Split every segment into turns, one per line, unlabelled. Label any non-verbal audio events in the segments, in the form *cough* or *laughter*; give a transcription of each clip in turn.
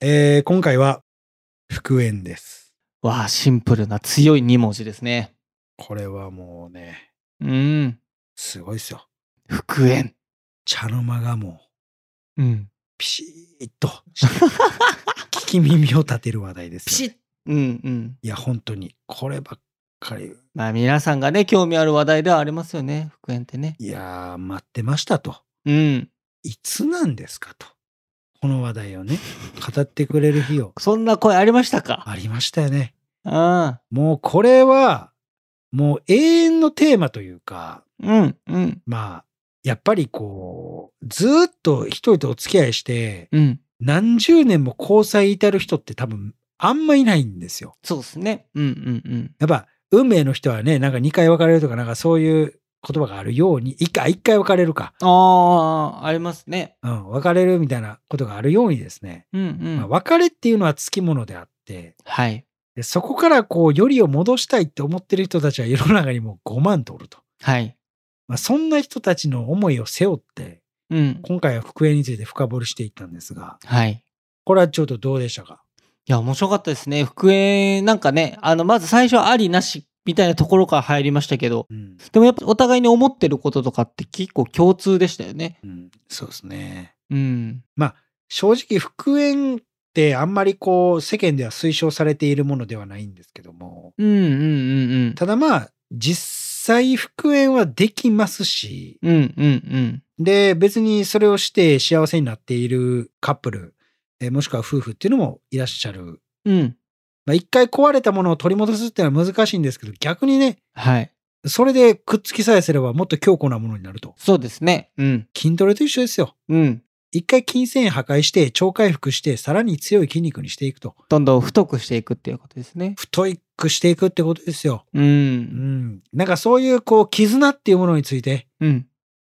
えー今回は復縁です。
わあ、シンプルな強い2文字ですね。
これはもうね、
うん。
すごいですよ。
復縁。
茶の間がもう
うん。
ピシッとして聞き耳を立てる話題 *laughs* ですよ。
ピシッ。うんうん。
いや、本当に、こればっかり、
まあ皆さんがね、興味ある話題ではありますよね。復縁ってね。
いやー、待ってましたと。
うん。
いつなんですかと。この話題をね、語ってくれる日を。
そんな声ありましたか
ありましたよね。
ああ。
もうこれは、もう永遠のテーマというか、
うんうん。
まあ、やっぱりこう、ずーっと一人とお付き合いして、
うん。
何十年も交際至る人って多分、あんまいないんですよ。
そうですね。うんうんうん。
やっぱ、運命の人はね、なんか2回別れるとか、なんかそういう言葉があるように、1回、1回別れるか。
ああ、ありますね。
うん、別れるみたいなことがあるようにですね、
うんうん。
まあ、別れっていうのはつきものであって
はい。
でそこからこうよりを戻したいって思ってる人たちは世 *laughs* の中にもう5万とおると、
はい。
まあ、そんな人たちの思いを背負って
うん。
今回は復縁について深掘りしていったんですが
はい。
これはちょっとどうでしたか
いや、面白かったですね。復縁、なんかね、あの、まず最初はありなしみたいなところから入りましたけど、
うん、
でもやっぱお互いに思ってることとかって結構共通でしたよね。
うん、そうですね
うん。
正直復縁ってあんまりこう世間では推奨されているものではないんですけども
うんうんうんうん。
ただまあ実際復縁はできますし
うんうん
で、別にそれをして幸せになっているカップル、えーもしくは夫婦っていうのもいらっしゃる。
うん。うん。
まあ、一回壊れたものを取り戻すっていうのは難しいんですけど、逆にね、
はい。
それでくっつきさえすればもっと強固なものになると。
そうですね。うん。
筋トレと一緒ですよ。
うん。
一回筋繊維破壊して、超回復して、さらに強い筋肉にしていくと。
どんどん太くしていくっていうことですね。
太くしていくってことですよ。
う。
うんん。なんかそういう、こう、絆っていうものについて、
うん。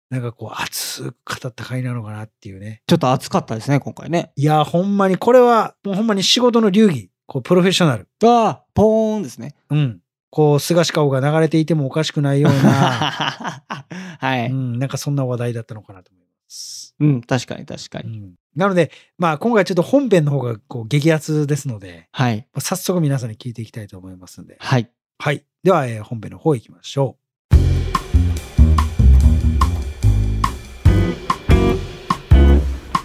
なんかこう、熱く語った回なのかなっていうね。
ちょっと熱かったですね、今回ね。
いや、ほんまに、これは、もうほんまに仕事の流儀。こう、プロフェッショナル。
ああ、ポーンですね。
うん。こう、すがし顔が流れていてもおかしくないよう *laughs* な、
は
う
い。
ん、なんかそんな話題だったのかなと思います。
うん、確かに確か
う
に。
ん、なので、まあ、今回ちょっと本編の方が、こう、激アツですので、
はい。
まあ早速皆さんに聞いていきたいと思いますんで。
はい。
はい。では、えー本編の方行きましょ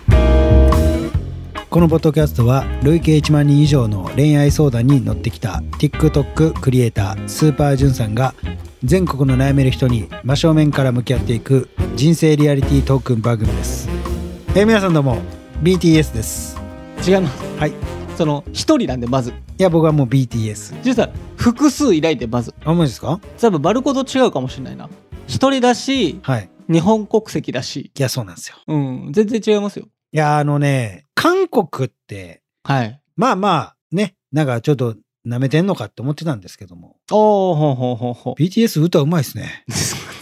う。このポッドキャストは累計1万人以上の恋愛相談に乗ってきた TikTok クリエイタースーパージュンさんが全国の悩める人に真正面から向き合っていく人生リアリティトークン番組です。えー皆さんどうも BTS です。
違います。
はい。
その、一人なんで、まず。
いや僕はもう BTS。
実は、複数いないで、まず。
あ、マジですか
多分、バルコと違うかもしれないな。一人だし、
はい。
日本国籍だし。
いやそうなんですよ。
うん、全然違いますよ。
いや、あのね、韓国って、
はい。
まあまあ、ね、なんかちょっと舐めてんのかって思ってたんですけども、
おー、ほうほうほう *laughs* ほう。。
BTS 歌うまいですね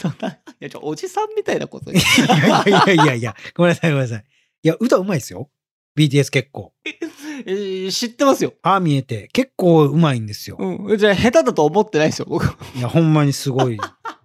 そんないやちょおじさんみたいな *laughs* こと
いやいやいやいや、ごめんなさいごめんなさい。いや、歌うまいですよ。BTS 結構。
えー知ってますよ、
ああ見えて、結構うまいんですよ。
うん、じゃあ下手だと思ってないですよ僕
いや、ほんまにすごい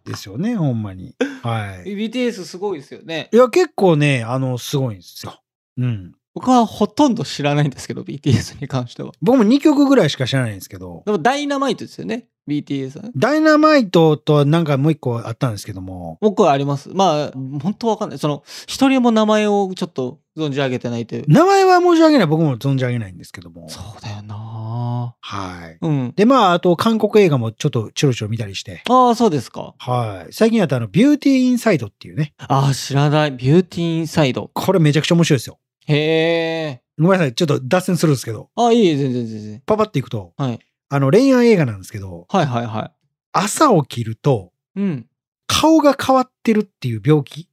ですよね、ほ *laughs* んまに。はい。
BTS すごいですよね
いや、結構ね、あの、すごいんですよ。うん。
僕はほとんど知らないんですけど BTS に関しては
僕も2曲ぐらいしか知らないんですけど、
でもダイナマイトですよね BTS はね
ダイナマイトとなんかもう一個あったんですけども、
僕はありますまあ本当わかんないその一人も名前をちょっと存じ上げてないという
名前は申し訳ない、僕も存じ上げないんですけども。
そうだよな
はい。
うん
で、まあ、あと、韓国映画もちょっとチロチロ見たりして。
ああそうですか
はい。最近やったあの、ビューティーインサイドっていうね。
ああ知らないビューティーインサイド
これめちゃくちゃ面白いですよ。
へえ
ごめんなさい。ちょっと脱線するんですけど、
あいいえ全然全然
パパっていくと、
はい
あの、恋愛映画なんですけど、
はいはいは
朝起きると、
いうん
顔が変わってるっていう病気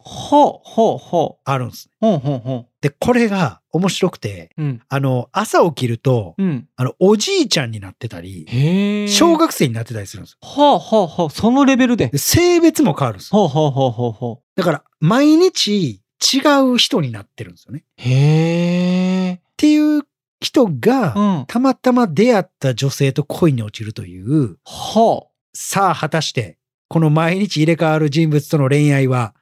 ほうほうほう
あるんですね。
ほんほんほん。
で、これが面白くて、
うん。
あの、朝起きると、
うん。
あの、おじいちゃんになってたり、
へえ。
小学生になってたりするんですよ。
はあはあはあ、そのレベルで
で。性別も変わるんですよ。
はあはあはあはあはあ。
だから、毎日違う人になってるんですよね。
へえ。
っていう人が、
うん。
たまたま出会った女性と恋に落ちるという、
は
さあ果たして、この毎日入れ替わる人物との恋愛は、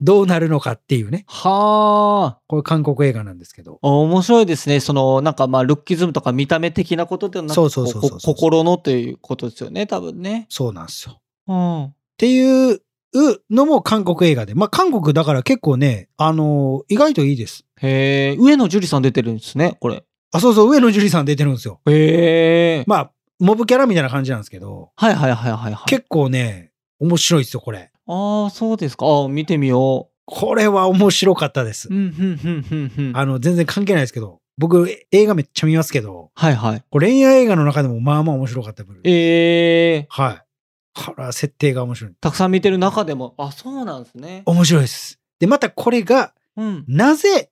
どうなるのかっていうね。
はあ。
これ韓国映画なんですけど。
面白いですね。その、なんかまあ、ルッキズムとか見た目的なことではなく
そうそうそうそう
ここ心のということですよね、多分ね。
そうなんですよ。っ
うん。
ていうのも韓国映画で。まあ韓国だから結構ね、あのー意外といいです。
へえ、上野樹里さん出てるんですね、これ。
あ、そうそう、上野樹里さん出てるんですよ。
へえ。
まあ、モブキャラみたいな感じなんですけど、
はいはいはいはいはい。
結構ね、面白いですよ、これ。
ああ、そうですか。ああ、見てみよ
これは面白かったです
う。う。ん、うん、うん、うん、うん。
あの、全然関係ないですけど、僕、映画めっちゃ見ますけど、
はいはい。
これ恋愛映画の中でもまあまあ面白かった部分。
ええ
はい。これは設定が面白い。
たくさん見てる中でも、あ、そうなんですね。
面白いです。で、またこれが、
うん。
なぜ、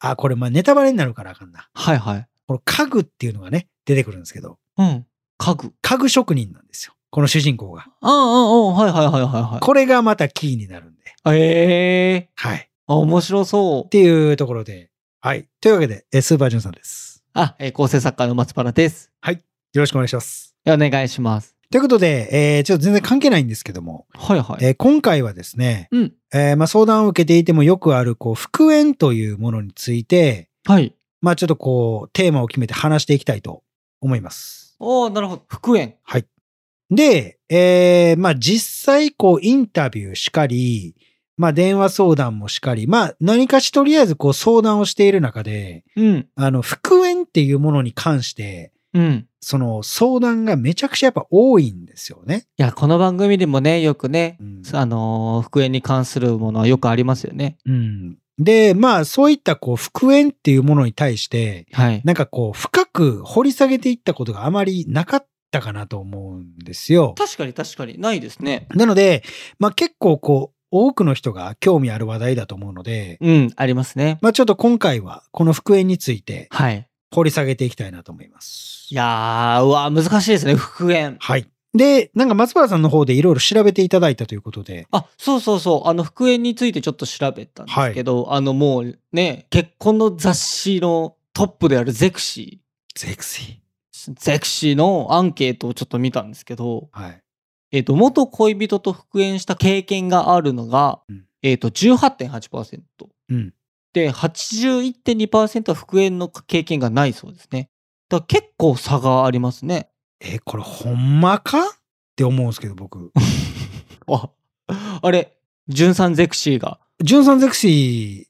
あ、これまあネタバレになるからあかんな。
はいはい。
この家具っていうのがね、出てくるんですけど、
うん。家具。
家具職人なんですよ。この主人公が。
ああ、ああ、はいはいはいは
これがまたキーになるんで。
いはい。ええ
はい。
あ、面白そ
っ
う。
ていうところで。はい。というわけで、えスーパージュンさんです。
あ、えー構成作家の松原です。
よろしくお願いします。
お願いします。
ということで、えーちょっと全然関係ないんですけども、
はいはい。
えー今回はですね、
うん。
えーまあ、相談を受けていてもよくある、こう、復縁というものについて、
はい。
まあ、ちょっとこう、テーマを決めて話していきたいと思います。
おおなるほど。復縁。
で、えーまあ、実際、こう、インタビューしかり、まあ、電話相談もしかり、まあ、何かしとりあえず、こう、相談をしている中で、
うん。
あの、復縁っていうものに関して、
うん。
その、相談がめちゃくちゃやっぱ多いんですよね。
いや、この番組でもね、よくね、
うん
あのー復縁に関するものはよくありますよね。
うん。で、まあ、そういった、こう、復縁っていうものに対して、
はい。
なんかこう、深く掘り下げていったことがあまりなかったかなと思うんですよ。
確かに確かに。ないですね。
なので、まあ結構こう、多くの人が興味ある話題だと思うので、
うん、ありますね。
まあちょっと今回はこの復縁について
はい。
掘り下げていきたいなと思います。
いやー、うわー、難しいですね、復縁。
はい。で、なんか松原さんの方でいろいろ調べていただいたということで、
あ、そうそうそう。あの、復縁についてちょっと調べたんですけど、あの、もうね、結婚の雑誌のトップであるゼクシ
ゼクシ
ー、ゼクシーのアンケートをちょっと見たんですけど、
ー。はい。
えっ、と、元恋人と復縁した経験があるのが、
うん
えっ、と、18.8%。
うん
で、81.2%は復縁の経験がないそうですね。だから結構差がありますね。
え、これほんまかって思うんですけど、僕。 *laughs*
あ、あれ、純さんゼクシーが。
純さんゼクシ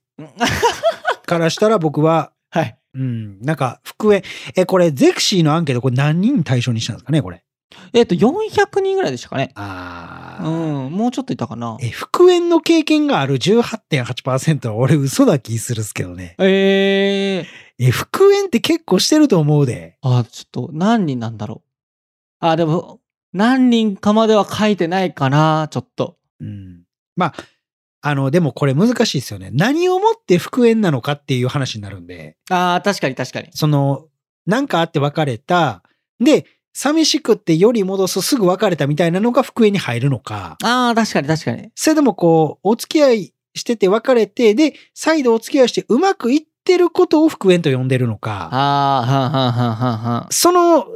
ーからしたら僕は、
はい。
うん、なんか、復縁。え、これ、ゼクシーのアンケート、これ何人対象にしたんですかね、これ。
えっ、と、400人ぐらいでしたかね。
あ
う。ん、もうちょっといたかな。
え、復縁の経験がある18.8%は俺嘘だ気するっすけどね。
ええー。
え、復縁って結構してると思うで。
あ、ちょっと、何人なんだろう。あ、でも、何人かまでは書いてないかな、ちょっと。
うん。まあ、あの、でもこれ難しいですよね。何をもって復縁なのかっていう話になるんで、
あー確かに確かに。
その、なんかあって別れた、で、寂しくってより戻すすぐ別れたみたいなのが復縁に入るのか、
あー確かに確かに。
それでもこう、お付き合いしてて別れて、で、再度お付き合いしてうまくいってることを復縁と呼んでるのか、
あーはんはんはんはんはん。
その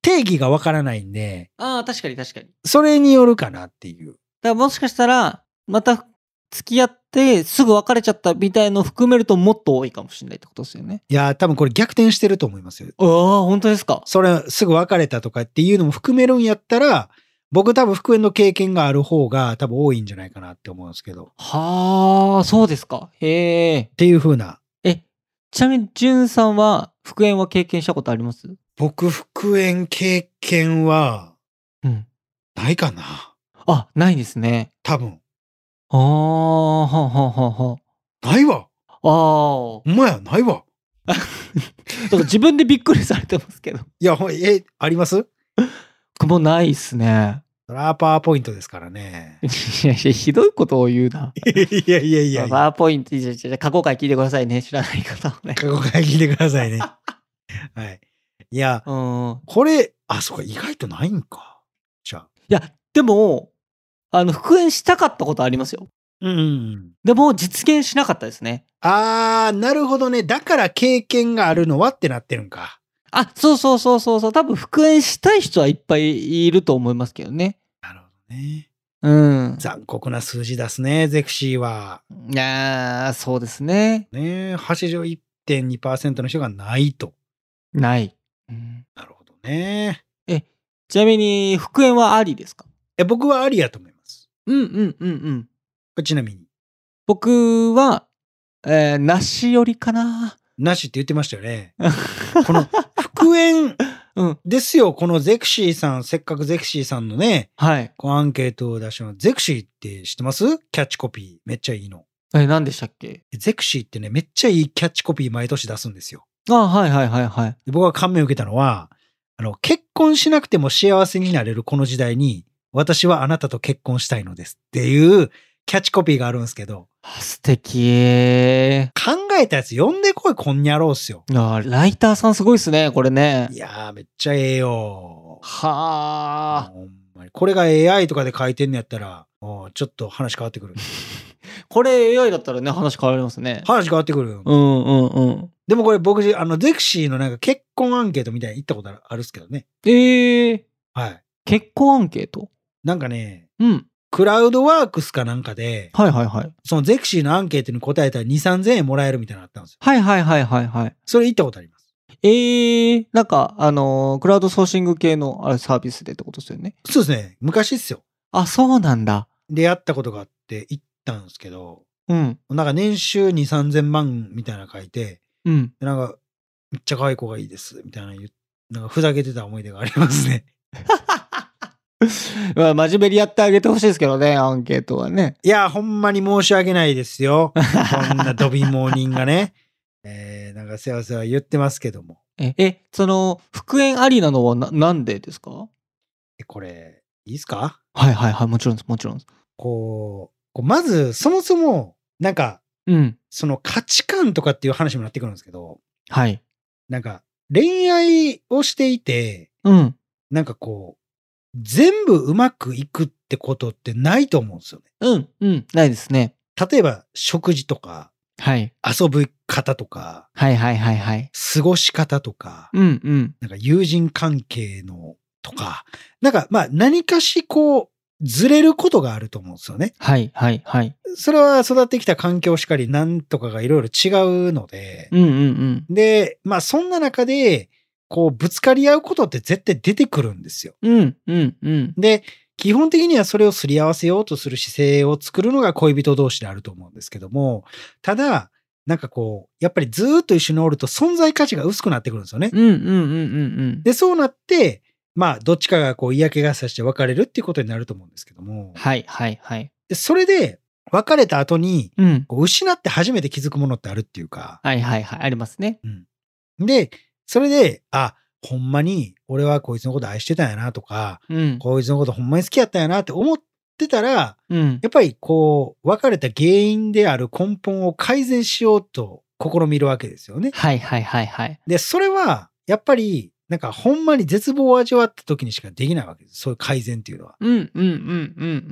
定義がわからないんで、
あー確かに確かに。だか
それによるかなっていう。
らもしかしたら、また付き合ってすぐ別れちゃったみたいのを含めるともっと多いかもしれないってことですよね。
いやー、多分これ逆転してると思いますよ。
ああ、本当ですか。
それ、すぐ別れたとかっていうのも含めるんやったら、僕多分復縁の経験がある方が多分多いんじゃないかなって思うんですけど。っ
はあ、そうですか。へえ。
ていう風な。
え、ちなみに、じゅんさんは復縁は経験したことあります
僕、復縁経験は、
うん。
ないかな
あ、ないですね。
多分。
ああ、はんはんはんはん。
ないわ。
あ
ほんまや、ないわ。
あ。だから自分でびっくりされてますけど。
いや、ほんえ、あります
僕もないっすね。 *laughs*
それはパワーポイントですからね。
いやいや、ひどいことを言うな。
*laughs* いやいやいやい
パ
や。
ワーポイント、いやいやいや過去回聞いてください *laughs* ね。知らない方はね。
過去から聞いてください *laughs* ね。はい。いや、
うん。
これ、あ、そうか、意外とないんか。じゃあ。
いや、でも、あの、復縁したかったことありますよ。
うん、うん。
でも、実現しなかったですね。
あー、なるほどね。だから経験があるのはってなってるんか。
あ、そうそうそうそうそう。多分、復縁したい人はいっぱいいると思いますけどね。
なるほどね。
うん。
残酷な数字出すね、ゼクシーは。
いやーそうですね。
ねえ、81.2%の人がないと。
ない。うん
なるほどね。
ちなみに、復縁はありですか
え僕はありやと思います。
うんうんうんうん。
これちなみに、
僕は、えー、なしよりかな。
なしって言ってましたよ *laughs* ね。この復縁
うん。
ですよ、このゼクシーさん、せっかくゼクシーさんのね、
はい。
こうアンケートを出したの。ゼクシーって知ってますキャッチコピー。めっちゃいいの。
え、何でしたっけ
ゼクシーってね、めっちゃいいキャッチコピー毎年出すんですよ。
あ、はいはいはいはい。
で僕が感銘を受けたのは、あの、結婚しなくても幸せになれるこの時代に、私はあなたと結婚したいのですっていうキャッチコピーがあるんですけど、
あ素敵。
考えたやつ呼んでこい、こんにゃろうっすよ。
あライターさんすごいっすね、これね
い。やー、めっちゃええよ。
はあ。
ほんまに。これが AI とかで書いてんのやったら、うんちょっと話変わってくる。
これ AI だったらね、話変わりますね。
話変わってくるよ。
うんうんうん。
でもこれ僕、あの、ゼクシーのなんか結婚アンケートみたいに行ったことあるあるっすけどね。
えー、
はい。
結婚アンケート
なんかね、
うん。
クラウドワークスかなんかで、
はいはいはい。
そのゼクシーのアンケートに答えたら2、3000円もらえるみたいなのあったんですよ。
はいはいはいはいはい。
それ行ったことあります。
えー、なんか、あのークラウドソーシング系のあれサービスでってことですよね。
そうですね。昔っすよ。
あ、そうなんだ。
で、やったことがあって行ったんですけど、
うん。
なんか年収2、3000万みたいなの書いて、
うん。
でなんか、めっちゃ可愛い子がいいです、みたいなの言うなんかふざけてた思い出がありますね。 *laughs*
まあ、真面目にやってあげてほしいですけどね、アンケートはね。
いや、ほんまに申し訳ないですよ。こんなドビモーニンがね。えー、なんかせわせわ言ってますけども。
え、えその、復縁ありなのはな、なんでですかは
えこれ、いいっすか
いはいはい、もちろんです、もちろんです。
こう、こうまず、そもそも、なんか、
うん。
その価値観とかっていう話もなってくるんですけど、
はい。
なんか、恋愛をしていて、
うん。
なんかこう、全部うまくいくってことってないと思うんですよね。
うん。うん。ないですね。
例えば、食事とか、
はい。
遊ぶ方とか、
はいはいはいはい。
過ごし方とか、
うんうん。
なんか友人関係のとか、なんかまあ何かしこうずれることがあると思うんですよね。
はいはいはい。
それは育ってきた環境しかり何とかがいろいろ違うので、
うんうん
で、まあそんな中でこうぶつかり合うことって絶対出てくるんですよ。
うん。うんうんうん。
で、基本的にはそれをすり合わせようとする姿勢を作るのが恋人同士であると思うんですけども、ただ、なんかこう、やっぱりずーっと一緒におると存在価値が薄くなってくるんですよね。
うんうんうんうんうん。
で、そうなって、まあ、どっちかがこう嫌気がさして別れるっていうことになると思うんですけども、
はいはいはい。
でそれで別れた後に、
うん。
こう失って初めて気づくものってあるっていうか、
はいはいはい。ありますね。
で、それで、あ、ほんまに俺はこいつのこと愛してたんやなとか、
うん。
こいつのことほんまに好きやったんやなって思ってたら、
うん。
やっぱりこう、別れた原因である根本を改善しようと試みるわけですよね。
はいはいはいはい。
で、それは、やっぱり、なんかほんまに絶望を味わった時にしかできないわけです。そういう改善っていうのは。
うんうんうんうん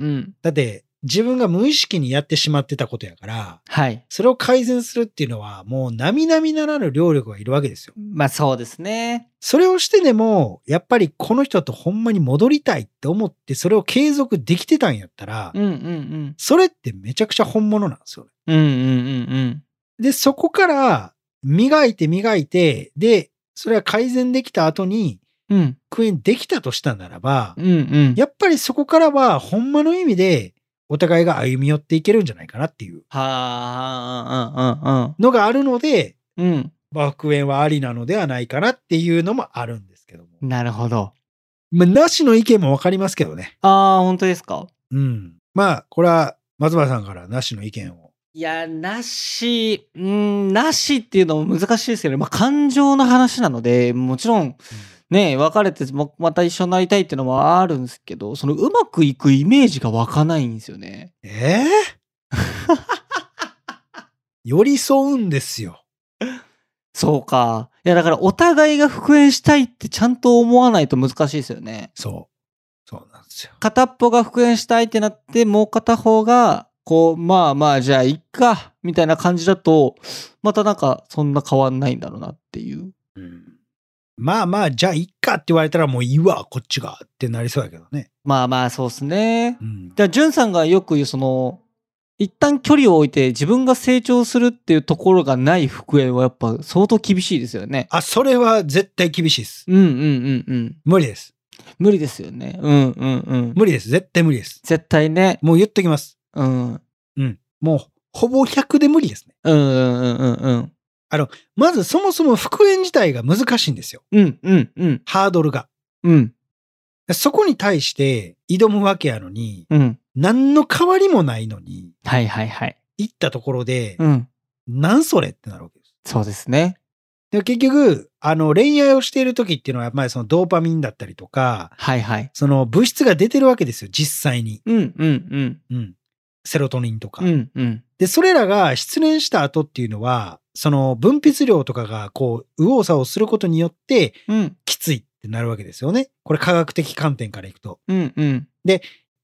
うん。
だって、自分が無意識にやってしまってたことやから、
はい。
それを改善するっていうのは、もう並々ならぬ労力がいるわけですよ。
まあそうですね。
それをしてでも、やっぱりこの人とほんまに戻りたいって思って、それを継続できてたんやったら
う、んうんうん。
それってめちゃくちゃ本物なんですよね。
うんうんうんうん。
で、そこから磨いて磨いて、で、それは改善できた後に
うん。
復縁できたとしたならば
う、んうん。
やっぱりそこからはほんまの意味でお互いが歩み寄っていけるんじゃないかなっていう
はあ、
のがあるので、
うんうんうん。うん。
まあ復縁はありなのではないかなっていうのもあるんですけども。
なるほど。
まあ、なしの意見もわかりますけどね。
ああ、本当ですか
うん。まあ、これは松原さんからなしの意見を。
いや、なし、うん、なしっていうのも難しいですけど、まあ感情の話なので、もちろんね、別れてもまた一緒になりたいっていうのはあるんですけど、そのうまくいくイメージが湧かないんですよね。
ええ寄り添うんですよ。
そうか。いや、だからお互いが復縁したいってちゃんと思わないと難しいですよね。
そう。そうなんですよ。
片っぽが復縁したいってなって、もう片方が、こう、まあまあ、じゃあ、いっか、みたいな感じだと、またなんか、そんな変わんないんだろうなっていう。
うんまあまあ、じゃあ、いっかって言われたら、もういいわ、こっちがってなりそうやけどね。
まあまあ、そうっすね
う。ん。
じゃあ、んさんがよく言う、その、一旦距離を置いて自分が成長するっていうところがない復縁はやっぱ相当厳しいですよね。
あ、それは絶対厳しいです。
うんうんうんうん。
無理です。
無理ですよね。うんうんうん。
無理です。絶対無理です。
絶対ね。
もう言っときます。
うん。うん
もう、ほぼ100で無理ですね。
うんうんうんうん。
まず、そもそも復縁自体が難しいんですよ。
うんうんうん。
ハードルが。
うん
そこに対して挑むわけやのに、
うん。
何の変わりもないのに、
はいはいはい。
行ったところで、
うん。
なんそれってなるわけです。
そうですね。
で結局、あの、恋愛をしている時っていうのは、やっぱりそのドーパミンだったりとか、
はいはい。
その物質が出てるわけですよ、実際に。
うんうんうん。
うん。セロトニンとか。
うんうん。
で、それらが失恋した後っていうのは、その分泌量とかがこう、右往左往することによって、
うん
きついってなるわけですよね。これ科学的観点からいくと。
うんうん。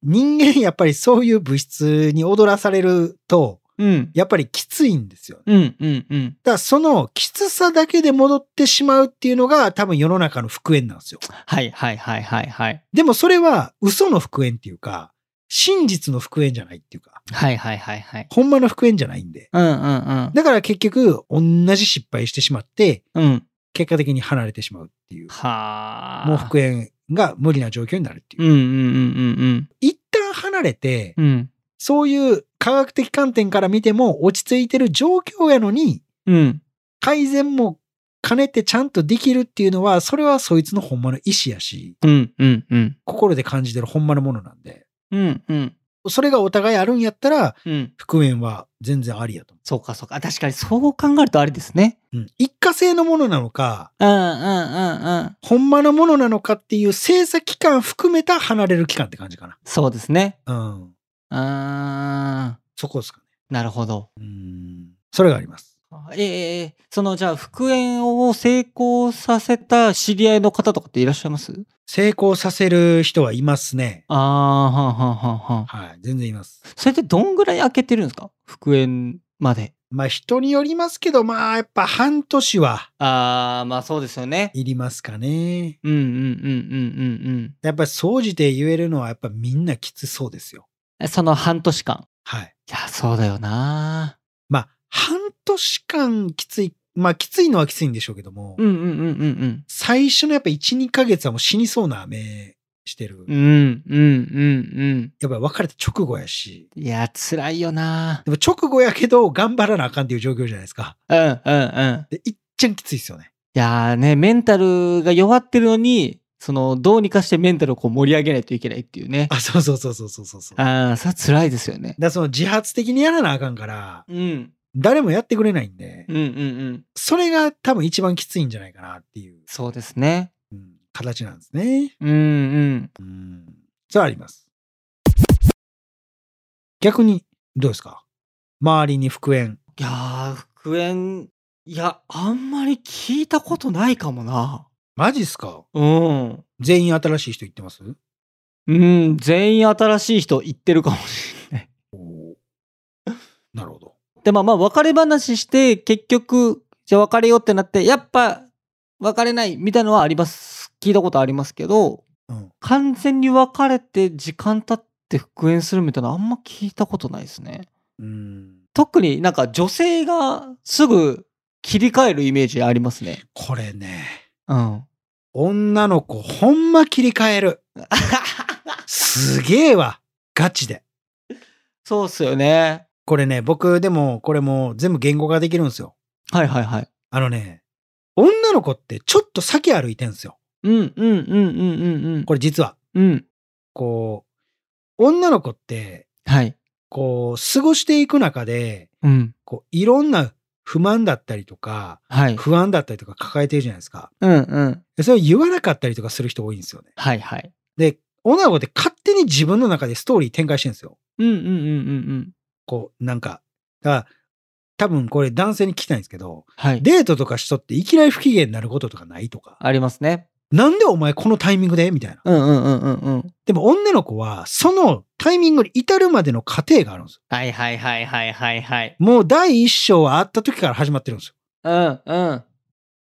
人間やっぱりそういう物質に踊らされると、
うん。
やっぱりきついんですよね。
うんうんうん。
だからそのきつさだけで戻ってしまうっていうのが多分世の中の復縁なんですよ。
はいはいはいはいはい。
でもそれは嘘の復縁っていうか、真実の復縁じゃないっていうか、
はいはいはいはい。
ほんまの復縁じゃないんで。
うんうん
だから結局、同じ失敗してしまって、
うん。うん。
結果的に離れてしまうっていう、
はあ。
もう復縁が無理な状況になるっていう。
うんうんうん
一旦離れて
うんう、ん。
そういう科学的観点から見ても落ち着いてる状況やのに、
うん。うん。
改善も兼ねてちゃんとできるっていうのは、それはそいつのほんまの意思やし、
うんうんうん。
心で感じてるほんまのものなんで、
うんうん
それがお互いあるんやったら、
うん。
復縁は全然ありやと思
そうかそうか。あ確かにそう考えるとあれですね。
う。うん。一過性のものなのか、
うんうんうんうん。
ほんまのものなのかっていう精査期間含めた離れる期間って感じか
そうですね。
な。うん。
あ
そこですかね。
ーなるほど。
うん。それがあります。
ええそのじゃあ復縁を成功させた知り合いの方とかっていらっしゃいます
成功させる人はいますね。
ああはんはんはんはん。
はい。全然います。
それってどんぐらい開けてるんですか復縁まで。
まあ人によりますけど、まあやっぱ半年は
ああまあそうですよね。
いりますかね。
うんうんうんうんうん
やっぱり総じて言えるのはやっぱみんなきつそうですよ。
うん。その半年間。
はい。
いやそうだよな。
まあ半年間きつい。まあきついのはきついんでしょうけども、
うんうんうんうん
最初のやっぱ1、2ヶ月はもう死にそうな目してる。
うん。うんうんうん
やっぱり別れた直後やし。
うん。いや辛いよな。
でも直後やけど頑張らなあかんっていう状況じゃないですか。
うんうんうん。
で、いっちゃんきついですよね。
いやーね、メンタルが弱ってるのに、その、どうにかしてメンタルをこう盛り上げないといけないっていうね。
あ、そうそうそうそうそうそうそう。だか
ああ、それは辛いですよね。
らその自発的にやらなあかんから、
うん。
誰もやってくれないんで
うんう、んうん。
それが多分一番きついんじゃないかなっていう、
そうですね。
うん形なんですね。
うんうん。
うん。それはあります。逆に、どうですか周りに復縁。
いやー、復縁、いや、あんまり聞いたことないかもな。
マジっすか
うん。
全員新しい人言ってます
うん、全員新しい人言ってるかもしれない。
なるほど。
で、まあまあ、別れ話して、結局、じゃあ別れようってなって、やっぱ、別れないみたいなのはあります。聞いたことありますけど、
うん。
完全に別れて時間経って復縁するみたいなのあんま聞いたことないですね。
うん。
特になんか女性がすぐ切り替えるイメージありますね。
これね。
うん。
女の子ほんま切り替える。すげえわ。ガチで。
*laughs* そうっすよね。
これね、僕でもこれもう全部言語化できるんですよ。
はいはいはい。
あのね、女の子ってちょっと先歩いてんすよ。
うんうんうんうんうんうん。
これ実は。
うん。
こう、女の子って、
はい。
こう、過ごしていく中で、
うん。
こう、いろんな不満だったりとか、
はい。
不安だったりとか抱えてるじゃないですか。
うんうん。
でそれを言わなかったりとかする人多いんですよね。
はいはい。
で、女の子って勝手に自分の中でストーリー展開してるんですよ。
うんうんうんうんうん。
こう、なんか、だから、多分これ男性に聞きたいんですけど、
はい。
デートとかしとっていきなり不機嫌になることとかないとか、
ありますね。
なんでお前このタイミングでみたいな。
うんうんうんうんうん。
でも女の子は、そのタイミングに至るまでの過程があるんですよ。
はいはいはいはいはいはい。
もう第一章は会った時から始まってるんですよ。
うんうん。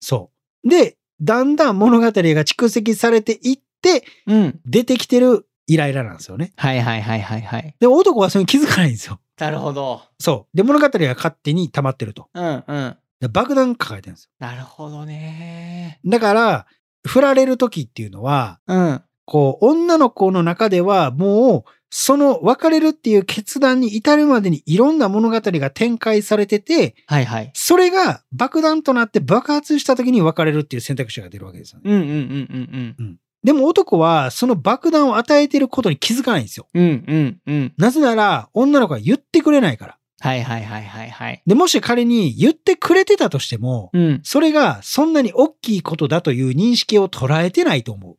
そう。で、だんだん物語が蓄積されていって、
うん。
出てきてるイライラなんですよね。
はいはいはいはいはい。
でも男はそれに気づかないんですよ。
なるほど。
そう。で、物語が勝手に溜まってると。
うんうん。
で爆弾抱えてるんです
なるほどね。
よ。だから、振られる時っていうのは、
うん。
こう、女の子の中ではもう、その別れるっていう決断に至るまでにいろんな物語が展開されてて、
はいはい。
それが爆弾となって爆発した時に別れるっていう選択肢が出るわけですよね。
うんうんうんうん
でも男はその爆弾を与えてることに気づかないんですよ。
うん。うんうんうん。
なぜなら女の子は言ってくれないから。
はいはいはいはいはい。
で、もし仮に言ってくれてたとしても、
うん。
それがそんなに大きいことだという認識を捉えてないと思う。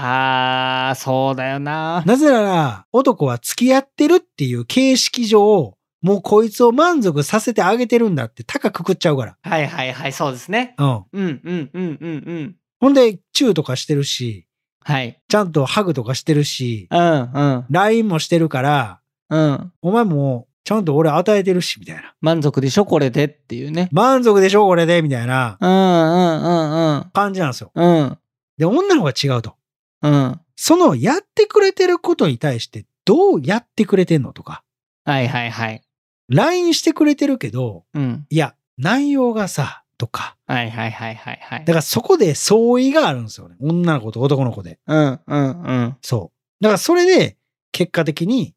わあ、そうだよな。
なぜなら男は付き合ってるっていう形式上、もうこいつを満足させてあげてるんだって高くくっちゃうから。
はいはいはい、そうですね。
うん。
うんうんうんうんうん。
ほんで、チューとかしてるし、
はい。
ちゃんとハグとかしてるし、
うんうん。
LINE もしてるから、
うん。
お前もちゃんと俺与えてるし、みたいな。
満足でしょ、これでっていうね。
満足でしょこれでみたいな
うんうんうんうん。
感じなんですよ。
うん
で、女の子が違うと。
うん。
そのやってくれてることに対してどうやってくれてんのとか、
はいはいはい。
LINE してくれてるけど、
うん。
いや、内容がさ、とか。
はいはいはいはいはい
だ。からそこで相違があるんですよね。女の子と男の子で。
うんうんうん。
そう。だからそれで、結果的に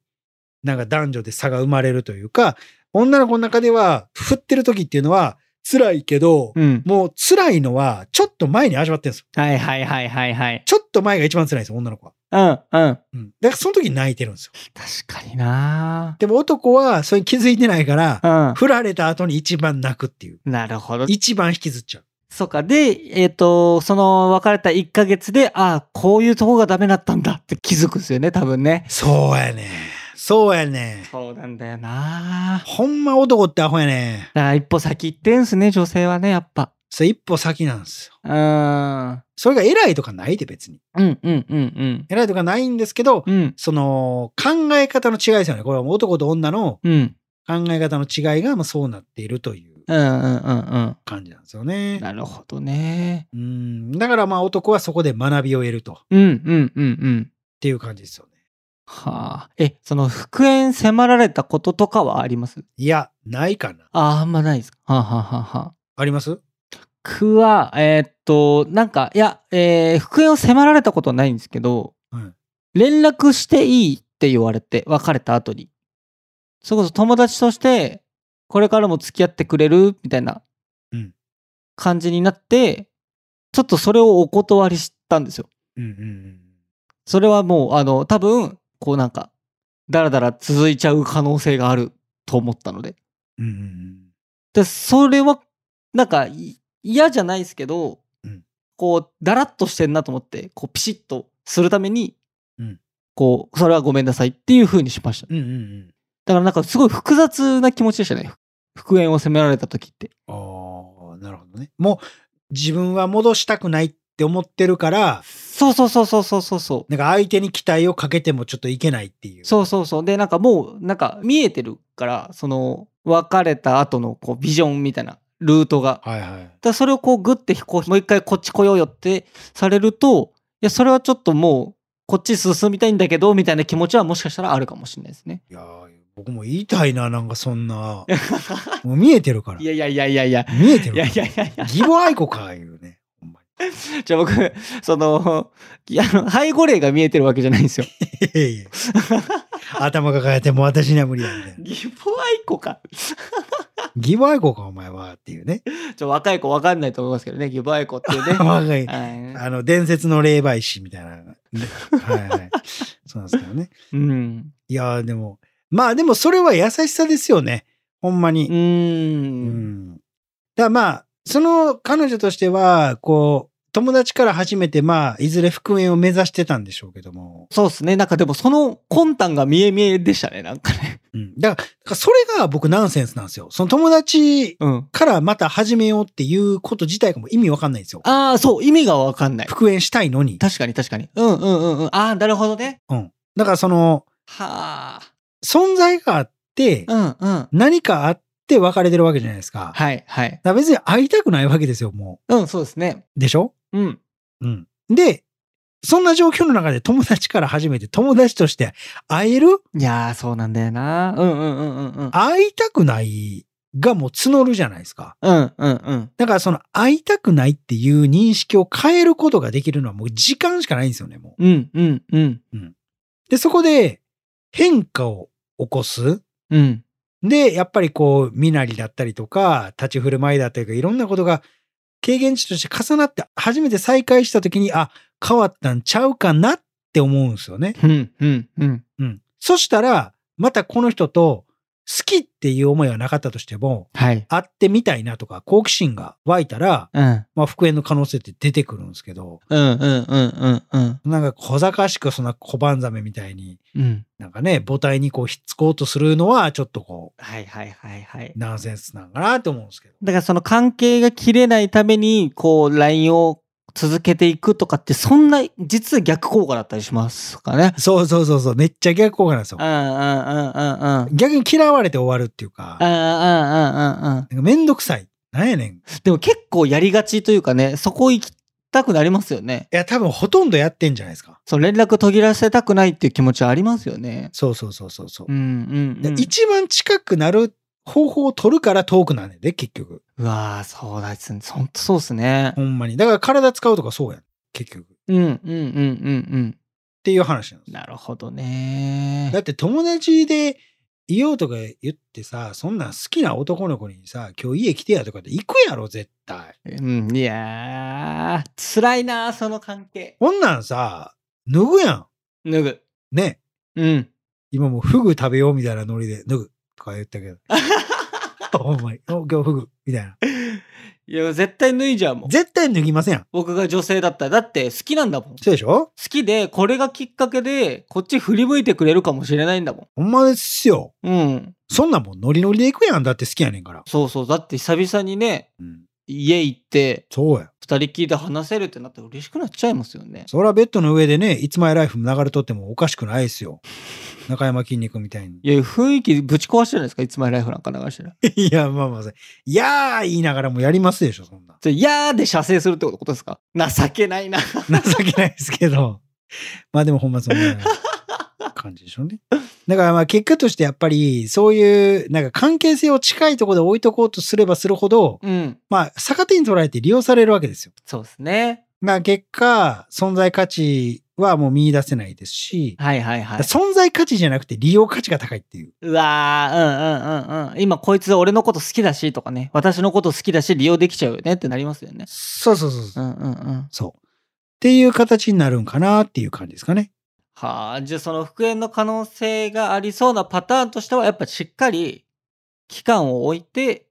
なんか男女で差が生まれるというか、女の子の中では、振ってる時っていうのは辛いけど、
うん。
もう辛いのはちょっと前に味わってるんですよ。
はいはいはいはいはい。
ちょっと前が一番辛いんですよ、女の子は。
うんうん。確
うん。だからその時に泣いてるんですよ。
かにな
でも男はそれに気づいてないから、
う
*laughs* 振られた後に一番泣くっていう。
ん。なるほど。
一番引きずっちゃう。
そうか。で、えっ、と、その別れた1ヶ月で、ああ、こういうとこがダメだったんだって気づくんですよね、多分ね。
そうやねそうやね
そうなんだよな
ほんま男ってアホやね
だから一歩先行ってんすね、女性はね、やっぱ。
それ一歩先なんですよ。
うーん。
それが偉いとかないで別に。
うんうんうん
偉いとかないんですけど、
うん。うん。
その考え方の違いですよね。これはもう男と女の
うん。
考え方の違いがまあそうなっているという
うんうんうんうん。
感じなんですよね。
なるほどね。
うん。だからまあ男はそこで学びを得ると。っ
うんうんうんうん。
ていう感じですよね。
はあ。え、その復縁迫られたこととかはあります
いや、ないかな。
ああ、あんまないですか。はあ、はあはあはあ、
あります
僕は、えーっと、なんか、いや、えー復縁を迫られたことはないんですけど、
はい
連絡していいって言われて、別れた後に。それこそ友達として、これからも付き合ってくれるみたいな
うん
感じになって、ちょっとそれをお断りしたんですよ。
うんうんうん。
それはもう、あの、多分、こうなんか、だらだら続いちゃう可能性があると思ったので。
うんうんうん。
で、それは、なんか、い嫌じゃないですけど、
うん
こう、だらっとしてんなと思って、こう、ピシッとするために、
うん
こう、それはごめんなさいっていう風にしました。
うんうんうん。
だからなんか、すごい複雑な気持ちでしたね。復縁を責められた時って。
ああ、なるほどね。もう自分は戻したくないって思ってるから、
そうそうそうそうそうそうそう。
なんか相手に期待をかけてもちょっといけないっていう。
そうそうそう。で、なんかもう、なんか見えてるから、その、別れた後のこうビジョンみたいなルートが。
はいはい。
だからそれをこうグッてこうもう一回こっち来ようよってされるといやそれはちょっともうこっち進みたいんだけどみたいな気持ちはもしかしたらあるかもしれないですね。
いやー僕も言いたいな、なんかそん
*laughs*
な。もう見えてるから
い。やいやいやいやいや
見えて
い
る
や
か
いやいやいや
ら。義母愛子か、いうね。ほんまに
じゃあ僕そのいやあの背後霊が見えてるわけじゃないんですよ。
いや
*laughs*
いや頭抱えてもう私には無理だみたいな。
義母愛子か。
義母愛子か、お前は、っていうね。
ちょ若い子わかんないと思いますけどね義母愛子っていうね。 *laughs* は
*laughs* 若い。
い
あの、伝説の霊媒師みたいな。はいはい。そうなんですけどね。
うん
いやーでも、まあでもそれは優しさですよね。ほんま
う
に。う
ーん
だからまあ、その彼女としては、こう、友達から始めて、まあ、いずれ復縁を目指してたんでしょうけども。
そうですねなんかでもその魂胆が見え見えでしたねなんかね。
うん。だからだから、それが僕ナンセンスなんですよ。その友達
うん、
からまた始めようっていうこと自体がもう意味わかんないんですよ。
ああそう意味がわかんない。
復縁したいのに。
確かに確かに。うんうんうんうん。ああ、なるほどね。
だからその、
はあ。
存在があって、
うんうん。
何かあっって別れてるわけじゃないですか。だか
はい、はい。
ら別に会いたくないわけですよ、も
うん、そうですね。
う。でしょ
うん。
うん。で、そんな状況の中で友達から初めて友達として会える
いやー、そうなんだよな。うんうんうんうんうん。
会いたくないがもう募るじゃないですか。
うんうんうん。
だからその会いたくないっていう認識を変えることができるのはもう時間しかないんですよね、もう。
うんうんうん。
で、そこで変化を起こす。
うん。
で、やっぱりこう、身なりだったりとか、立ち振る舞いだったりとか、いろんなことが経験値として重なって、初めて再会した時に、あ、変わったんちゃうかなって思うんですよね。
うんうんうん。
うん。そしたら、またこの人と好きっていう思いはなかったとしても、
はい。
会ってみたいなとか、好奇心が湧いたら、
うん。
まあ、復縁の可能性って出てくるんですけど、
うんうんうんうんうん。
なんか小賢しくそんな小判ザメみたいに、
うん。
なんかね、母体にこうひっつこうとするのは、ちょっとこ
はいはいはいはい。
う、ナンセンスなんかなって思うんですけど。
だからその関係が切れないために、こう、LINE を続けていくとかって、そんな、実は逆効果だったりしますかね。
そうそうそうそう、めっちゃ逆効果なんですよ
うん。うんうんうんうん。
逆に嫌われて終わるっていうか、
うんうんうんうんうん。
なんかめんどくさい。なんやねん。い
でも結構やりがちというかね、そこ行きたくなりますよね。
や、多分ほとんどやってんじゃないですか。
その連絡途切らせたくないっていう気持ちはありますよね。
そうそうそうそうそう
う。んうん、うん。
一番近くなる方法を取るから遠くなんねんで、結局。
うわーそうだですね。ほんとそうですね
ほ。んまに。だから体使うとかそうやん。結局。っ
うんうんうんうん
ていう話なんで
う
す。
ん。なるほどね
だ。って友達で、いようとか言ってさ、そんなん好きな男の子にさ、今日家来てやとかって行くやろ、絶対。
うん、いやー、辛いなー、その関係。
こんなんさ、脱ぐやん。
脱ぐ。
ね。
うん。
今もうフグ食べようみたいなノリで、脱ぐとか言った
*laughs*
けど。ほんまに。お今日フグみたいな。
いや、絶対脱いじゃうもん。
絶対脱ぎませんやん。
僕が女性だったら。だって好きなんだもん。好
そうでしょ
きで、これがきっかけで、こっち振り向いてくれるかもしれないんだも
ほんまですよ。
ん。うん。
そんなんもうノリノリで行くやん。だって好きやねんから。
そうそう。だって久々にね、
うん。
家行って、
そうや。
二人きりで話せるってなったら嬉しくなっちゃいますよね。
そらベッドの上でね、いつまいライフ流れとってもおかしくないですよ。中山筋肉みたいに。
いや、雰囲気ぶち壊してるじゃないですか。いつまでライフなんか流してる。
*laughs* いや、まあまあ、いやー言いながらもやりますでしょ、そんな。
じゃあ、いやーで射精するってことですか情けないな。
情けないですけど。 *laughs* まあでもほんまそんな感じでしょうね。だからまあ結果としてやっぱりそういうなんか関係性を近いところで置いとこうとすればするほど、
うん。
まあ逆手に捉えて利用されるわけですよ。
そうですね。
まあ結果、存在価値はもう見出せないですし、
はいはいはい。
存在価値じゃなくて利用価値が高いっていう。
うわー、うんうんうんうん。今こいつ俺のこと好きだしとかね、私のこと好きだし利用できちゃうよねってなりますよね。
そうそうそう
う
そう。
んうんうん。
そう。っていう形になるんかなっていう感じですかね。
はあ、じゃあその復縁の可能性がありそうなパターンとしては、やっぱしっかり期間を置いて、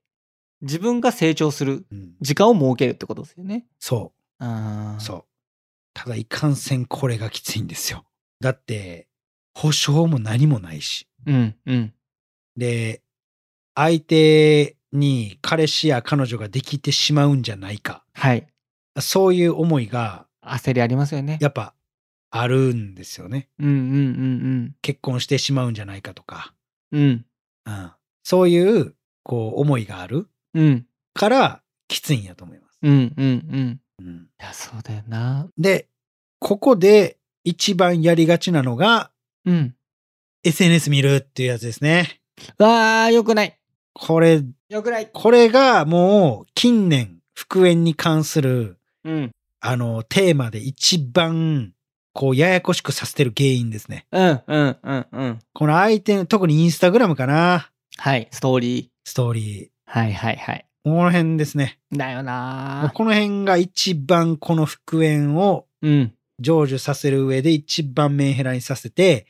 自分が成長する
うん、
時間を設けるってことですよね。
そう。
ああ。
そう。ただ、いかんせんこれがきついんですよ。だって、保証も何もないし。
う。うんうん。
で、相手に彼氏や彼女ができてしまうんじゃないか。
はい。
そういう思いが、
焦りありますよね。
やっぱ、あるんですよね。
うんうん
結婚してしまうんじゃないかとか。
うんうん。うん。
うん。そういう、こう、思いがある
うん。
から、きついんやと思います。
うんうんうん。
うん、
いや、そうだよな。
で、ここで一番やりがちなのが、
うん。
SNS 見るっていうやつですね。
わあ、よくない。
これ
よくない。
これがもう近年復縁に関する
うん。
あのテーマで一番こうややこしくさせてる原因ですね。
うんうんうんうん。
この相手の特にインスタグラムかな
はい、ストーリー。
ストーリ
はいはいは
ー。
い。
この辺ですね。
だよな
この辺が一番この復縁を
うん。
成就させる上で一番メンヘラにさせて、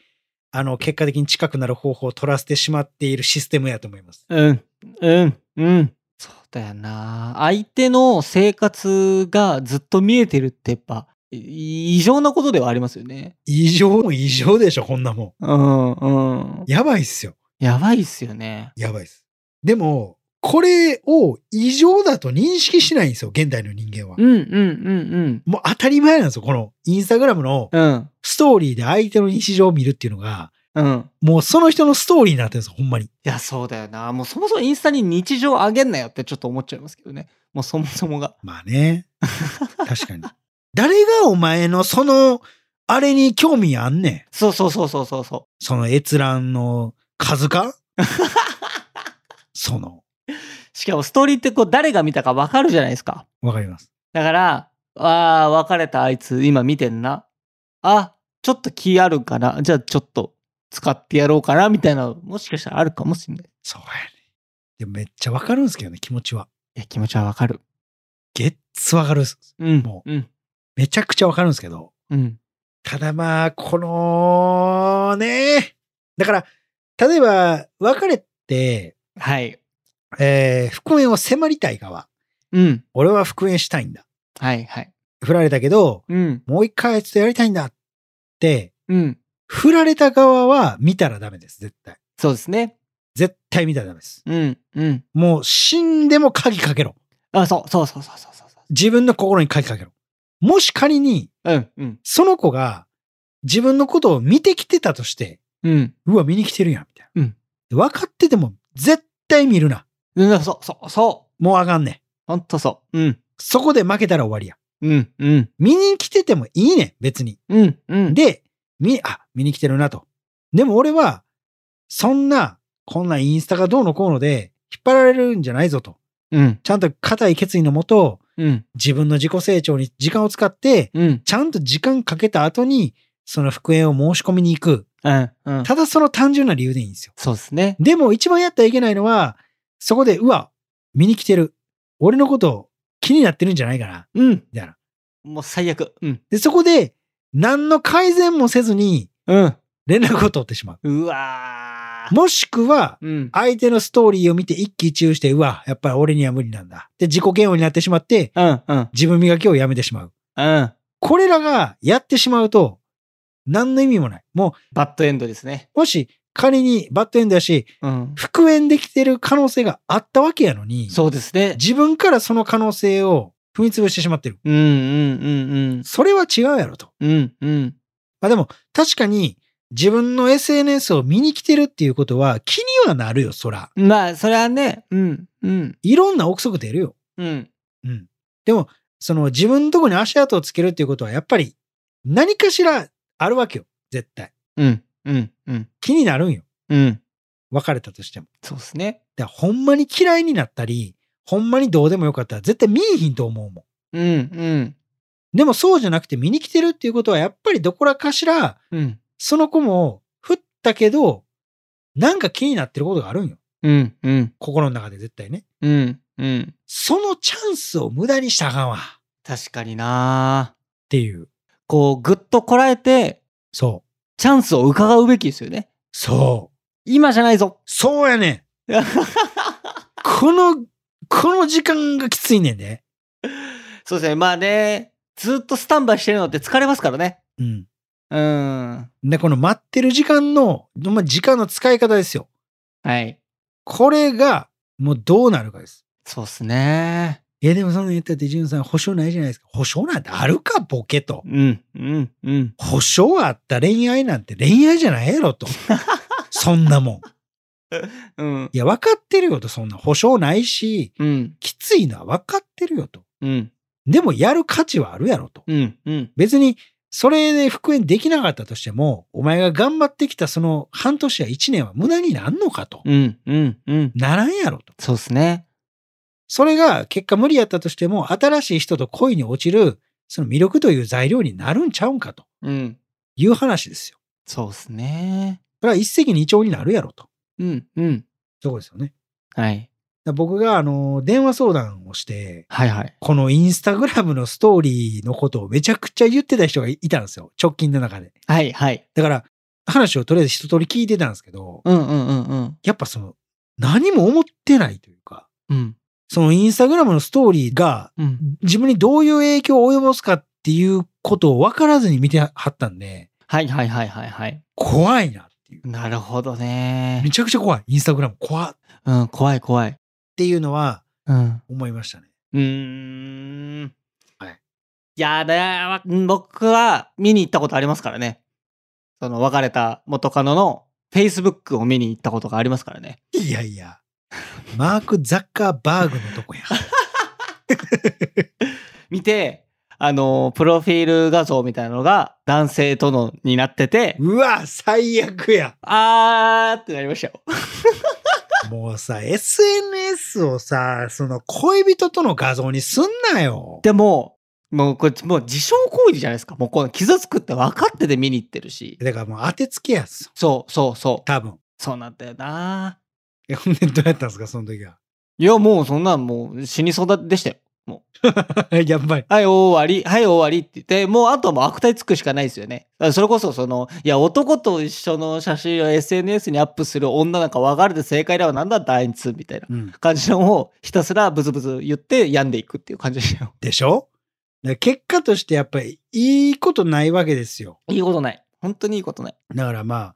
あの結果的に近くなる方法を取らせてしまっているシステムやと思います。
うん。うん。うん。そうだよな相手の生活がずっと見えてるってやっぱ、い異常なことではありますよね。
異常も異常でしょ、こんなも
うんうん
ん。。やばいっすよ。
やばいっすよね。
やばいです。でも、これを異常だと認識しないんですよ、現代の人間は
う。んうんうん
もう当たり前なんですよ、このインスタグラムの
うん。うん。
ストーリーで相手の日常を見るっていうのが、
うん。
もうその人のストーリーになってるんですよ、ほんまに。
いや、そうだよな。もうそもそもインスタに日常あげんなよってちょっと思っちゃいますけどね。もうそもそもが。
まあ
*laughs*
ね。確かに。誰がお前のその、あれに興味あんねん。
そうそうそうそうそうそ
その閲覧の数
*laughs*
かその、
う。しかもストーリーってこう誰が見たかわかるじゃないですか。
わかります。
だから、ああ、別れたあいつ今見てんな。あ、ちょっと気あるかな。じゃあちょっと使ってやろうかなみたいなのもしかしたらあるかもしれない。
そうやね。でもめっちゃわかるんですけどね、気持ちは。
いや、気持ちはわかる。
ゲッツわかるっす。
うん。
も
う。うん。
めちゃくちゃわかるんですけど。
うん。
ただまあ、このね、だから、例えば、別れて、
はい。
えー、復縁を迫りたい側。
うん。
俺は復縁したいんだ。
はいはい。
振られたけど、
うん。
もう一回あいつとやりたいんだって、
うん。
振られた側は見たらダメです、絶対。
そうですね。
絶対見たらダメです。
うん。うん。
もう死んでも鍵かけろ。
あ、そうそうそうそうそうそうそ
自分の心に鍵かけろ。もし仮に、
う。うん。うん。
その子が自分のことを見てきてたとして、
うん。
うわ、見に来てるやん、みたいな。
うん
で分かってても、絶対見るな。
うん、そうそうそう。
もうあかんねん。
ほんとそう。うん。
そこで負けたら終わりや。
うん。うん。
見に来ててもいいねん、別に。
うん。うん。
で、見、あ、見に来てるなと。でも俺は、そんな、こんなインスタがどうのこうので、引っ張られるんじゃないぞと。
うん。
ちゃんと固い決意のもと、
うん。
自分の自己成長に時間を使って、
うん。
ちゃんと時間かけた後に、その復縁を申し込みに行く。
うん。うん。
ただその単純な理由でいいんですよ。
そうですね。
でも一番やったらいけないのは、そこで、うわ、見に来てる。俺のこと気になってるんじゃないかな。
うん。
みたいな。
もう最悪。うん。
で、そこで、何の改善もせずに、
うん。
連絡を取ってしま
うわ
う。もしくは、
ー。うん。
相手のストーリーを見て一喜一憂して、うわ、やっぱり俺には無理なんだ。で、自己嫌悪になってしまって、
うん。うん。
自分磨きをやめてしまう。
うん。
これらがやってしまうと、何の意味もない。も
バッドエンドですね。
う、もし仮にバッドエンドやし、
うん。
復縁できてる可能性があったわけやのに、
そうですね。
自分からその可能性を踏み潰してしまってる。
うんうんうん
それは違うやろと。
うん。うんうん。
まあでも、確かに自分の SNS を見に来てるっていうことは気にはなるよ、そら。
まあ、それはね、うん。うん。
いろんな憶測出るよ。
うん。
うん。でも、その自分のとこに足跡をつけるっていうことは、やっぱり何かしらあるわけよ、絶対。
うん。うん。うん。
気になるんよ、
うん。
別れたとしても。
そうですね。
だからほんまに嫌いになったり、ほんまにどうでもよかったら絶対見えひんと思うもん。
うんうん。
でもそうじゃなくて見に来てるっていうことはやっぱりどこらかしら
うん。
その子も振ったけどなんか気になってることがあるんよ。
うん。うん。
心の中で絶対ね。
うん。うん。
そのチャンスを無駄にしたらあかんわっ
確かにな
ていう。
こう、ぐっとこらえて、
そう。
チャンスを伺うべきですよね。
そう。
今じゃないぞ。
そうやねん。この、この時間がきついねんね。
*laughs* そうですね。まあね、ずっとスタンバイしてるのって疲れますからね。
うん。
うん。
で、この待ってる時間の、まあ、時間の使い方ですよ。
はい。
これが、もうどうなるかです。
そうっすね。
いや、でもそんなん言ったって、ジュンさん、保証ないじゃないですか。保証なんてあるか、ボケと。
うん、うん、うん。
保証あった恋愛なんて恋愛じゃないやろと。そんなもん。
うん、
いや、分かってるよと、そんな。保証ないし、
うん、
きついのは分かってるよと。
うん、
でも、やる価値はあるやろと。
うん、うん。
別に、それで復縁できなかったとしても、お前が頑張ってきたその半年や一年は無駄になんのかと。
うん、うん、うん。
ならんやろと。
そうっすね。
それが結果無理やったとしても、新しい人と恋に落ちる、その魅力という材料になるんちゃうんかと
うん。
いう話ですよ。
そうっすね。
それは一石二鳥になるやろと。
うん、う
そ
ん。
ういうことですよね。
はい。
だから僕が、あの、電話相談をして、
はいはい。
このインスタグラムのストーリーのことをめちゃくちゃ言ってた人がいたんですよ。直近の中で。
はいはい。
だから、話をとりあえず一通り聞いてたんですけど、
うん、うん、うん、うん。
やっぱその、何も思ってないというか、
うん、
そのインスタグラムのストーリーが
うん。
自分にどういう影響を及ぼすかっていうことを分からずに見てはったんで、
はいはいはいはいはい。
怖いなっていう。
なるほどね
め。ちゃくちゃ怖い。インスタグラム怖っっ
うん、怖い怖い。
ていうのは
うん。
思いましたね。
うーん。
はい。
いやだ僕は見に行ったことありますからね。その別れた元カノの Facebook を見に行ったことがありますからね。
いやいや。マーク・ザッカーバーグのとこや。
見て、あの、プロフィール画像みたいなのが男性とのになってて、
うわ、最悪や。
あーってなりましたよ。
もうさ、SNS をさ、その恋人との画像にすんなよ。
でも、もうこれ、もう自傷行為じゃないですか。もうこの傷つくって分かってて見に行ってるし。
だからもう当てつけやっす。
そうそうそう。
多分。
そうなんだよな
え、ほんでどうやったんですか、その時は。 *laughs*
いや、もうそんなんもう死にそうだでしたよ。
やばい。
はい、終わり。はい、終わりって言って、もうあとはもう悪態つくしかないですよね。だからそれこそ、その、いや、男と一緒の写真を SNS にアップする女なんか分かるで正解だわ。なんだ、あいつみたいな
うん。
感じのをひたすらブツブツ言って病んでいくっていう感じでしたよ。
でしょだから結果としてやっぱりいいことないわけですよ。
いいことない。本当にいいことない。
だからまあ、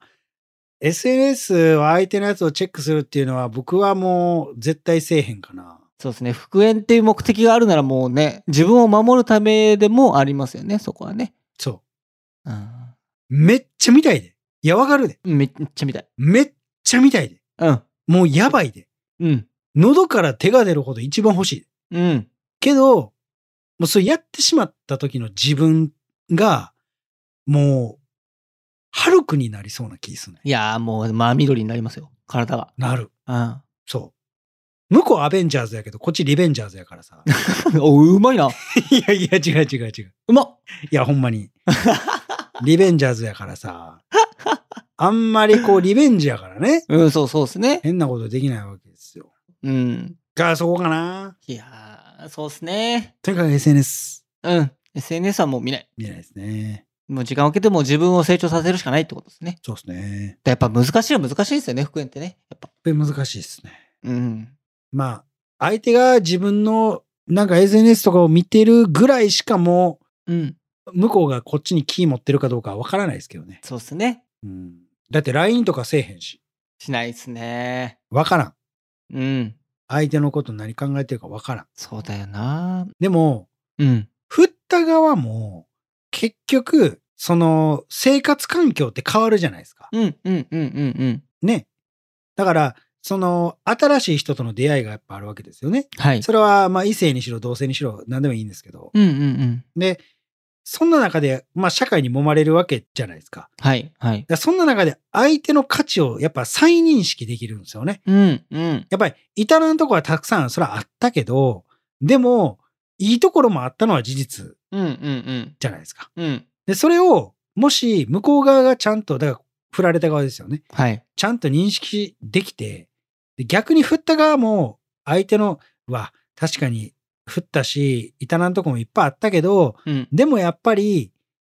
SNS を相手のやつをチェックするっていうのは僕はもう絶対せえへんかな。
そうですね。復縁っていう目的があるならもうね、自分を守るためでもありますよね、そこはね。
そ
うん。
う。めっちゃ見たいで。いや、わかるで。
めっちゃ見たい。
めっちゃ見たいで。
うん。
もうやばいで。
うん。
喉から手が出るほど一番欲しい。
うん。
けど、もうそれやってしまった時の自分が、もう、ハルクになりそうな気すんね。
いやーもう、真緑になりますよ。体が。
なる。
うん。 *laughs*
そう。向こうアベンジャーズやけど、こっちリベンジャーズやからさ。
お、うまいな。
*laughs* いやいや、違う違う違う。
うまっ。
いや、ほんまに。リベンジャーズやからさ。あんまりこう、リベンジやからね。
うん、そうそうですね。
変なことできないわけですよ。
うん。
が、そこかな。
いやー、そうですね。
とにかく SNS
うん。SNS はもう見ない。
見ないですね。
もう時間をかけても自分を成長させるしかないってことですね。
そうですね。
やっぱ難しいは難しいですよね、復縁ってね。やっぱ。
これ難しいですね。
うん。
まあ、相手が自分のなんか SNS とかを見てるぐらいしかも
うん。
う、向こうがこっちにキー持ってるかどうかはわからないですけどね。
そうですね。
うん。だって LINE とかせえへんし、
しないですね。
わからん。
うん。
相手のこと何考えてるかわからん。
そうだよな。
でも、
うん。
振った側も、結局、その生活環境って変わるじゃないですか。
うんうんうんうんうん。
ね。だから、その新しい人との出会いがやっぱあるわけですよね。
はい。
それはまあ異性にしろ同性にしろ何でもいいんですけど、
うんうんうん。
で、そんな中で、まあ、社会に揉まれるわけじゃないですか。だか
はいはい。
らそんな中で、相手の価値をやっぱ再認識できるんですよね。
うんうん。
やっぱり、至らんところはたくさん、それはあったけど、でも、いいところもあったのは事実
うんうん
じゃないですか。
うん。うん。
で、それを、もし、向こう側がちゃんと、だから、振られた側ですよね。
はい。
ちゃんと認識できて、で逆に振った側も、相手の、うわ、確かに、振ったし、至らんとこもいっぱいあったけど、
うん。
でもやっぱり、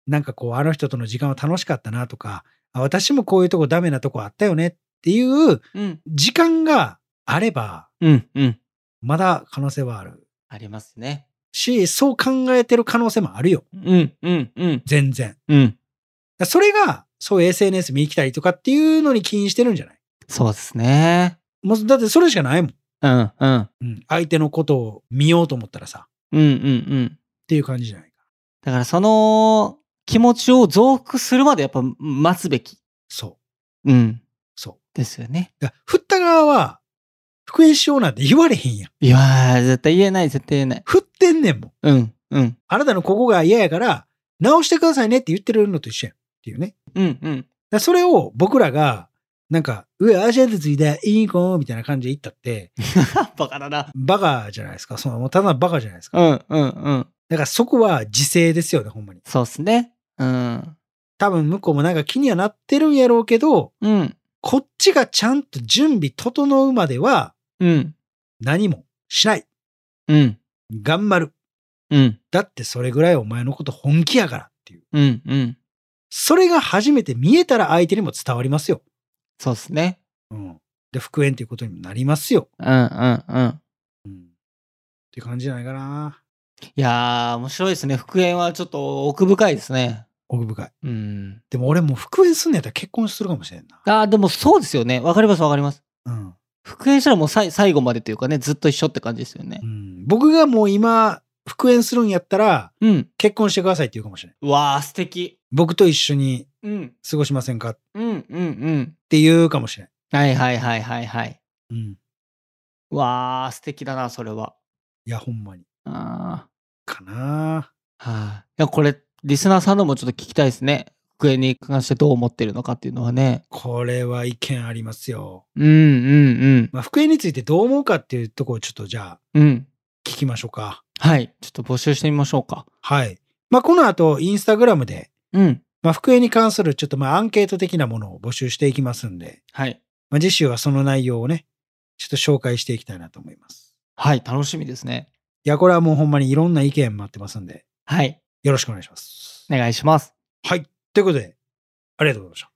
なんかこう、あの人との時間は楽しかったなとか、あ私もこういうとこダメなとこあったよねっていう
うん。
時間があれば、
うんうん。
まだ可能性はある
ありますね。
し、そう考えてる可能性もあるよ。
うんうんうん。
全然。
うん。
それが、そういう SNS 見に来たりとかっていうのに起因してるんじゃない
そうですね。
もう、だってそれしかないもん。
うんうん。
うん。相手のことを見ようと思ったらさ、っ
うんうんうん。
ていう感じじゃないか。
だからその気持ちを増幅するまでやっぱ待つべき。
そう。
うん。
そう。
ですよね。
だから振った側は、復縁しようなんて言われへんやん。
いやー、絶対言えない、絶対言えない。
振ってんねんもん。
うんうん。
あなたのここが嫌やから、直してくださいねって言ってるのと一緒やん。っていうね。だか
うんうん。
らそれを僕らが、なんか、上、アジアでついて、いい子みたいな感じで言ったって、
*laughs* バカだな。
バカじゃないですか。その、ただのバカじゃないですか。
うんうんうん。
だからそこは自制ですよね、ほんまに。
そうですね。うん。
多分向こうもなんか気にはなってるんやろうけど、
うん。
こっちがちゃんと準備整うまでは、
うん。
何もしない。
うん。
頑張る。
うん。
だってそれぐらいお前のこと本気やからっていう。
うん。うん。
それが初めて見えたら相手にも伝わりますよ。
そうですね。
うん。で、復縁ということにもなりますよ。
うんうんうん。
うん。って感じじゃないかな。
いやー、面白いですね。復縁はちょっと奥深いですね。
奥深い。
うん。
でも俺もう復縁すんのやったら結婚するかもしれんな。
あー、でもそうですよね。わかりますわかります。
うん。
復縁したらもうさい最後までというかね、ずっと一緒って感じですよね
う。ん、僕がもう今、復縁するんやったら、
うん。
結婚してくださいって言うかもしれん。
わー、素敵。
僕と一緒に
うん。
過ごしませんかっ
うんうんうん。
て言うかもしれ
はいはいはいはいはい。
ん。うん。
うわあ、素敵だな、それは。
いや、ほんまに。
あ
かな
あ。はい。いや、これ、リスナーさんのもちょっと聞きたいですね。机に関してどう思ってるのかっていうのはね。
これは意見ありますよ。
うんうん
まあ、福江についてどう思うかっていうところをちょっとじゃあ
うん。うん。
聞きましょうか。
はい。ちょっと募集してみましょうか。
はい。まあ、この後、インスタグラムで、
うん。
まあ、福江に関するちょっとまあアンケート的なものを募集していきますんで、
はい。
まあ、次週はその内容をね、ちょっと紹介していきたいなと思います。
はい。楽しみですね。
いや、これはもうほんまにいろんな意見待ってますんで、
はい。
よろしくお願いします。
お願いします。
はい。ということで、ありがとうございました。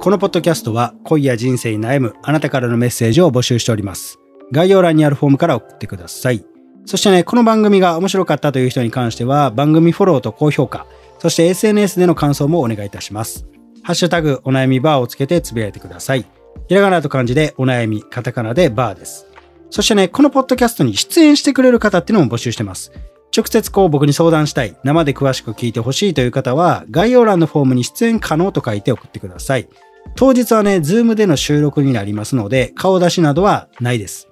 このポッドキャストは恋や人生に悩むあなたからのメッセージを募集しております。概要欄にあるフォームから送ってください。そしてね、この番組が面白かったという人に関しては番組フォローと高評価、そして SNS での感想もお願いいたします。ハッシュタグお悩みバーをつけてつぶやいてください。ひらがなと漢字でお悩み、カタカナでバーです。そしてね、このポッドキャストに出演してくれる方っていうのも募集してます。直接こう僕に相談したい、生で詳しく聞いてほしいという方は、概要欄のフォームに出演可能と書いて送ってください。当日はね、ズームでの収録になりますので、顔出しなどはないです。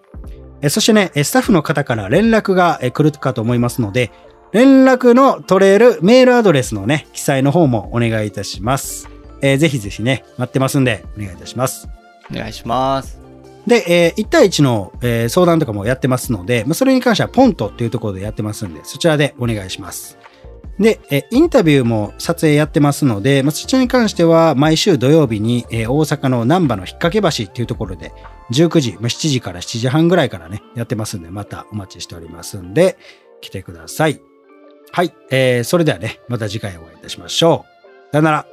えそしてね、えスタッフの方から連絡がえ来るかと思いますので、連絡の取れるメールアドレスのね、記載の方もお願いいたします。えーぜひぜひね、待ってますんで、お願いいたします。
お願いします。
で、え1対1の、えー相談とかもやってますので、まあ、それに関してはポントっていうところでやってますんで、そちらでお願いします。で、えーインタビューも撮影やってますので、まあ、そちらに関しては毎週土曜日に、えー大阪の南波の引っ掛け橋っていうところで、19時、まあ、7時から7時半ぐらいからね、やってますんで、またお待ちしておりますんで、来てください。はい、えーそれではね、また次回お会いいたしましょう。さよなら。